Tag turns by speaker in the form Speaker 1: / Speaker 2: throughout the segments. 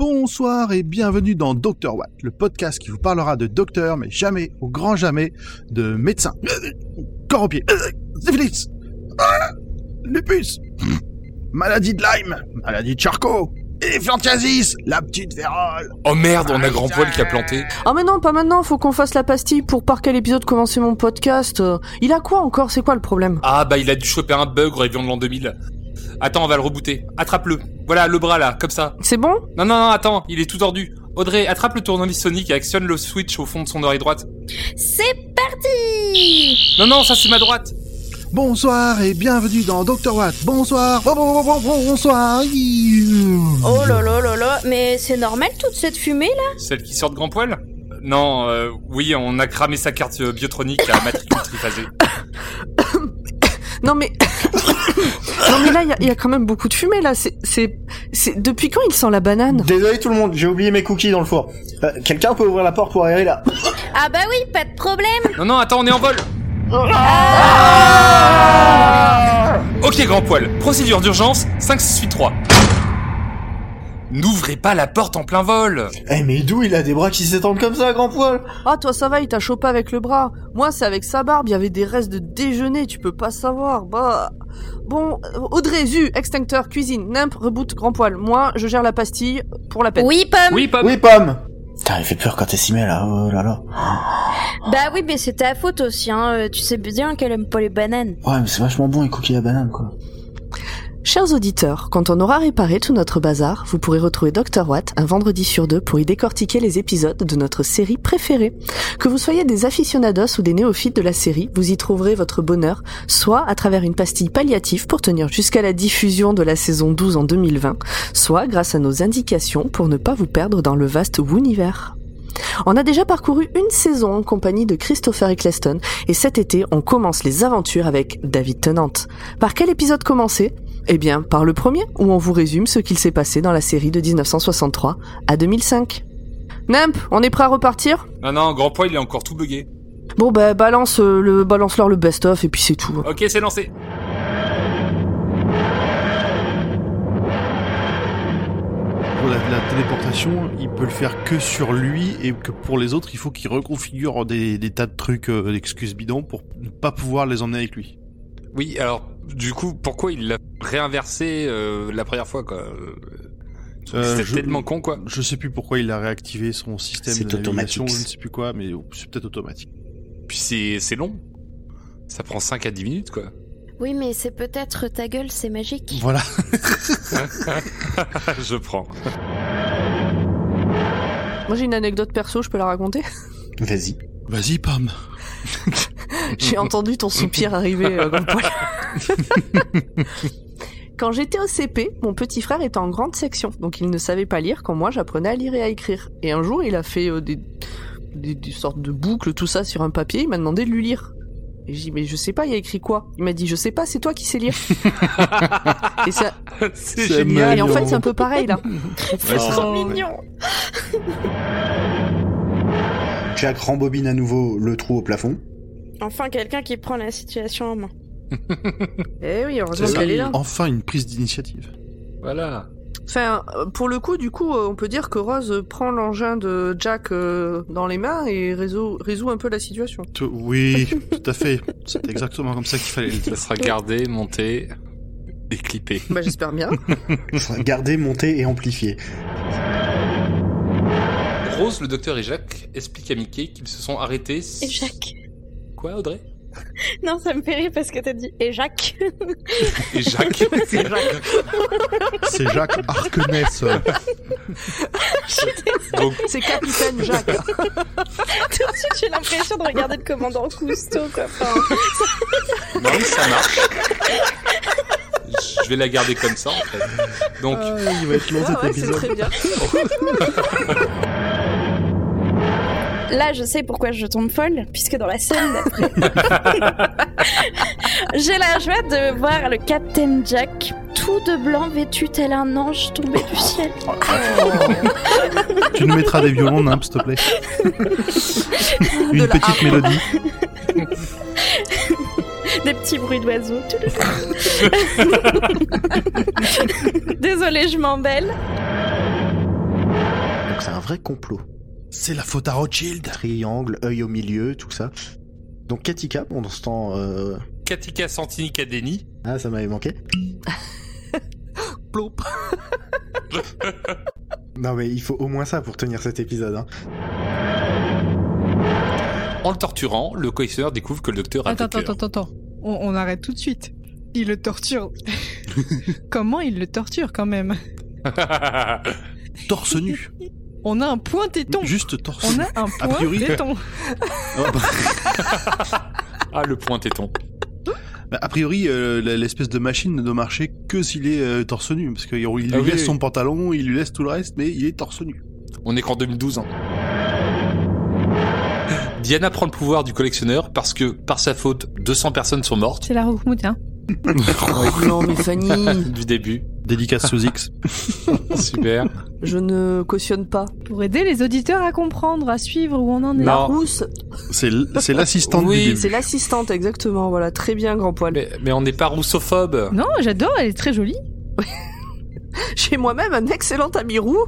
Speaker 1: Bonsoir et bienvenue dans Dr Watt, le podcast qui vous parlera de docteur, mais jamais, au grand jamais, de médecin. Corps aux pieds. Syphilis. Ah Lupus. Maladie de Lyme. Maladie de Charcot. Et flantiasis, la petite vérole.
Speaker 2: Oh merde, on a grand poil qui a planté.
Speaker 3: Ah mais non, pas maintenant, faut qu'on fasse la pastille pour par quel épisode commencer mon podcast. Euh, Il a quoi encore C'est quoi le problème
Speaker 2: Ah bah il a dû choper un bug réveillon de l'an 2000. Attends, on va le rebooter. Attrape-le. Voilà, le bras là, comme ça.
Speaker 3: C'est bon
Speaker 2: Non, non, non, attends, il est tout tordu. Audrey, attrape le tournevis Sonic et actionne le switch au fond de son oreille droite.
Speaker 4: C'est parti
Speaker 2: Non, non, ça c'est ma droite.
Speaker 1: Bonsoir et bienvenue dans Dr Watt. Bonsoir. Bon, bon, bon, bon, bon, bonsoir.
Speaker 4: Oh là là là là, mais c'est normal toute cette fumée là
Speaker 2: Celle qui sort de grand poil Euh, Non, euh, oui, on a cramé sa carte euh, biotronique à matricule triphasée.
Speaker 3: Non mais... non mais là, il y a- il y, a quand même beaucoup de fumée là. C'est, c'est, c'est... Depuis quand il sent la banane
Speaker 5: Désolé tout le monde, j'ai oublié mes cookies dans le four. Euh, Quelqu'un peut ouvrir la porte pour aérer là
Speaker 4: Ah bah oui, pas de problème
Speaker 2: Non, non, attends, on est en vol. Ok, grand poil. Procédure d'urgence 5683. N'ouvrez pas la porte en plein vol.
Speaker 5: Eh mais d'où il a des bras qui s'étendent comme ça, grand poil
Speaker 3: Ah toi ça va, il t'a chopé avec le bras. Moi c'est avec sa barbe, il y avait des restes de déjeuner, tu peux pas savoir. Bah... Bon, euh, Audrey, ZU, extincteur, cuisine, nimp, reboot, grand poil. Moi, je gère la pastille pour la peine.
Speaker 4: Oui, Pomme
Speaker 2: Oui, Pop.
Speaker 5: Oui, pomme Putain, il fait peur quand t'es si mêlée, là, oh là là.
Speaker 4: Bah oui, mais c'est ta faute aussi, hein. euh, Tu sais bien qu'elle aime pas les bananes.
Speaker 5: Ouais, mais c'est vachement bon les cookies à la banane, quoi.
Speaker 3: Chers auditeurs, quand on aura réparé tout notre bazar, vous pourrez retrouver Dr. Watt un vendredi sur deux pour y décortiquer les épisodes de notre série préférée. Que vous soyez des aficionados ou des néophytes de la série, vous y trouverez votre bonheur, soit à travers une pastille palliative pour tenir jusqu'à la diffusion de la saison 12 en 2020, soit grâce à nos indications pour ne pas vous perdre dans le vaste univers. On a déjà parcouru une saison en compagnie de Christopher Eccleston et cet été on commence les aventures avec David Tennant. Par quel épisode commencer eh bien, par le premier, où on vous résume ce qu'il s'est passé dans la série de 1963 à 2005. Nimp, on est prêt à repartir
Speaker 2: Non, non, grand poil, il est encore tout bugué.
Speaker 3: Bon bah balance euh, le balance leur le best of et puis c'est tout.
Speaker 2: Ok, c'est lancé.
Speaker 1: Pour la, la téléportation, il peut le faire que sur lui et que pour les autres, il faut qu'il reconfigure des, des tas de trucs, euh, d'excuses bidons pour ne pas pouvoir les emmener avec lui.
Speaker 2: Oui, alors, du coup, pourquoi il l'a réinversé euh, la première fois, quoi
Speaker 1: Euh,
Speaker 2: C'était
Speaker 1: je-
Speaker 2: tellement con, quoi.
Speaker 1: Je sais plus pourquoi il a réactivé son système
Speaker 5: C'est
Speaker 1: de navigation,
Speaker 5: automatique.
Speaker 1: je ne sais plus quoi, mais oh, c'est peut-être automatique.
Speaker 2: Puis c'est c'est long. Ça prend 5 à 10 minutes, quoi.
Speaker 6: Oui, mais c'est peut-être ta gueule, c'est magique.
Speaker 1: Voilà.
Speaker 2: Ah, je prends.
Speaker 3: Moi j'ai une anecdote perso, je peux la raconter
Speaker 5: Vas-y.
Speaker 1: Vas-y, Pam. Mm-hmm.
Speaker 3: J'ai entendu ton soupir arriver, euh, grand poil. Quand j'étais au CP, mon petit frère était en grande section, donc il ne savait pas lire quand moi j'apprenais à lire et à écrire. Et un jour, il a fait euh, des, des, des sortes de boucles, tout ça sur un papier, il m'a demandé de lui lire. Et j'ai dit, mais je sais pas, il a écrit quoi Il m'a dit, je sais pas, c'est toi qui sais lire. et, ça,
Speaker 1: C'est
Speaker 2: C'est génial.
Speaker 3: et en fait, c'est un peu pareil là.
Speaker 1: C'est
Speaker 4: trop mignon.
Speaker 5: Jack rembobine à nouveau le trou au plafond.
Speaker 4: Enfin, quelqu'un qui prend la situation en main.
Speaker 3: Eh oui, heureusement
Speaker 1: C'est ça.
Speaker 3: qu'elle est là.
Speaker 1: Enfin une prise d'initiative.
Speaker 2: Voilà.
Speaker 3: Enfin, euh, pour le coup, du coup, euh, on peut dire que Rose euh, prend l'engin de Jack euh, dans les mains et résout, résout un peu la situation.
Speaker 1: Tout- Oui, tout à fait. C'est exactement comme ça qu'il fallait le dire.
Speaker 2: Ça sera gardé, monté et clippé.
Speaker 3: Bah, j'espère bien.
Speaker 5: Garder, monter et amplifier.
Speaker 2: Rose, le docteur et Jacques expliquent à Mickey qu'ils se sont arrêtés. s-
Speaker 4: Et Jacques.
Speaker 2: Quoi, Audrey
Speaker 4: Non, ça me fait rire parce que t'as dit et Jacques.
Speaker 2: Et Jacques. c'est Jacques.
Speaker 1: C'est Jacques Arkeness.
Speaker 2: Donc,
Speaker 3: C'est Capitaine Jack.
Speaker 4: Tout de suite, j'ai l'impression de regarder le commandant Cousteau, quoi. Enfin,
Speaker 2: non, ça marche. Je vais la garder comme ça, en fait. Donc,
Speaker 1: il va être long
Speaker 3: Ah ouais, c'est très bien.
Speaker 4: Là, je sais pourquoi je tombe folle, puisque dans la scène d'après, j'ai la joie de voir le Captain Jack
Speaker 6: Tout de blanc vêtu tel un ange tombé du ciel.
Speaker 1: Tu nous mettras des violons, Nimp, s'il te plaît. Une
Speaker 3: la
Speaker 1: petite
Speaker 3: harpe.
Speaker 1: mélodie.
Speaker 4: des petits bruits d'oiseaux. Désolée, je m'embelle.
Speaker 5: C'est un vrai complot.
Speaker 1: C'est la faute à Rothschild.
Speaker 5: Triangle, œil au milieu, tout ça. Donc Katika, pendant ce temps... euh,
Speaker 2: Katika Santini Kadeni.
Speaker 5: Ah, ça m'avait manqué.
Speaker 3: Plop.
Speaker 5: Non mais il faut au moins ça pour tenir cet épisode. Hein.
Speaker 2: En le torturant, le collectionneur découvre que le docteur a
Speaker 7: Attends,
Speaker 2: fait
Speaker 7: attends,
Speaker 2: que-
Speaker 7: attends, attends. On, on arrête tout de suite. Il le torture. Comment il le torture quand même
Speaker 1: Torse nu.
Speaker 7: On a un point téton.
Speaker 1: Juste torse
Speaker 7: On
Speaker 1: nu.
Speaker 7: a un point
Speaker 1: priori.
Speaker 7: téton.
Speaker 1: Ah, bah,
Speaker 2: ah, le point téton.
Speaker 1: bah, a priori, euh, la- l'espèce de machine ne doit marcher que s'il est euh, torse nu. Parce qu'il lui
Speaker 2: Ah oui,
Speaker 1: laisse
Speaker 2: oui.
Speaker 1: son pantalon, il lui laisse tout le reste, mais il est torse nu.
Speaker 2: On est qu'en 2012. hein. Diana prend le pouvoir du collectionneur parce que, par sa faute, 200 personnes sont mortes
Speaker 7: C'est la route, hein.
Speaker 3: Oh, non, mais Fanny,
Speaker 2: du début.
Speaker 1: Dédicace sous X.
Speaker 2: Super.
Speaker 3: je ne cautionne pas.
Speaker 7: Pour aider les auditeurs à comprendre, à suivre où on en est.
Speaker 2: Non.
Speaker 3: La rousse,
Speaker 1: C'est l- c'est l'assistante
Speaker 2: Oui,
Speaker 1: du début.
Speaker 3: c'est l'assistante, exactement. Voilà, très bien, grand poil.
Speaker 2: Mais, mais on n'est pas roussophobe.
Speaker 7: Non, j'adore, elle est très jolie.
Speaker 3: J'ai moi-même un excellent ami roux.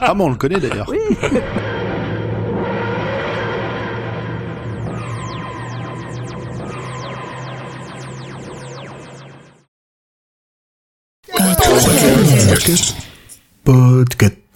Speaker 1: Ah, bon, on le connaît d'ailleurs.
Speaker 3: Oui.
Speaker 8: Podcast.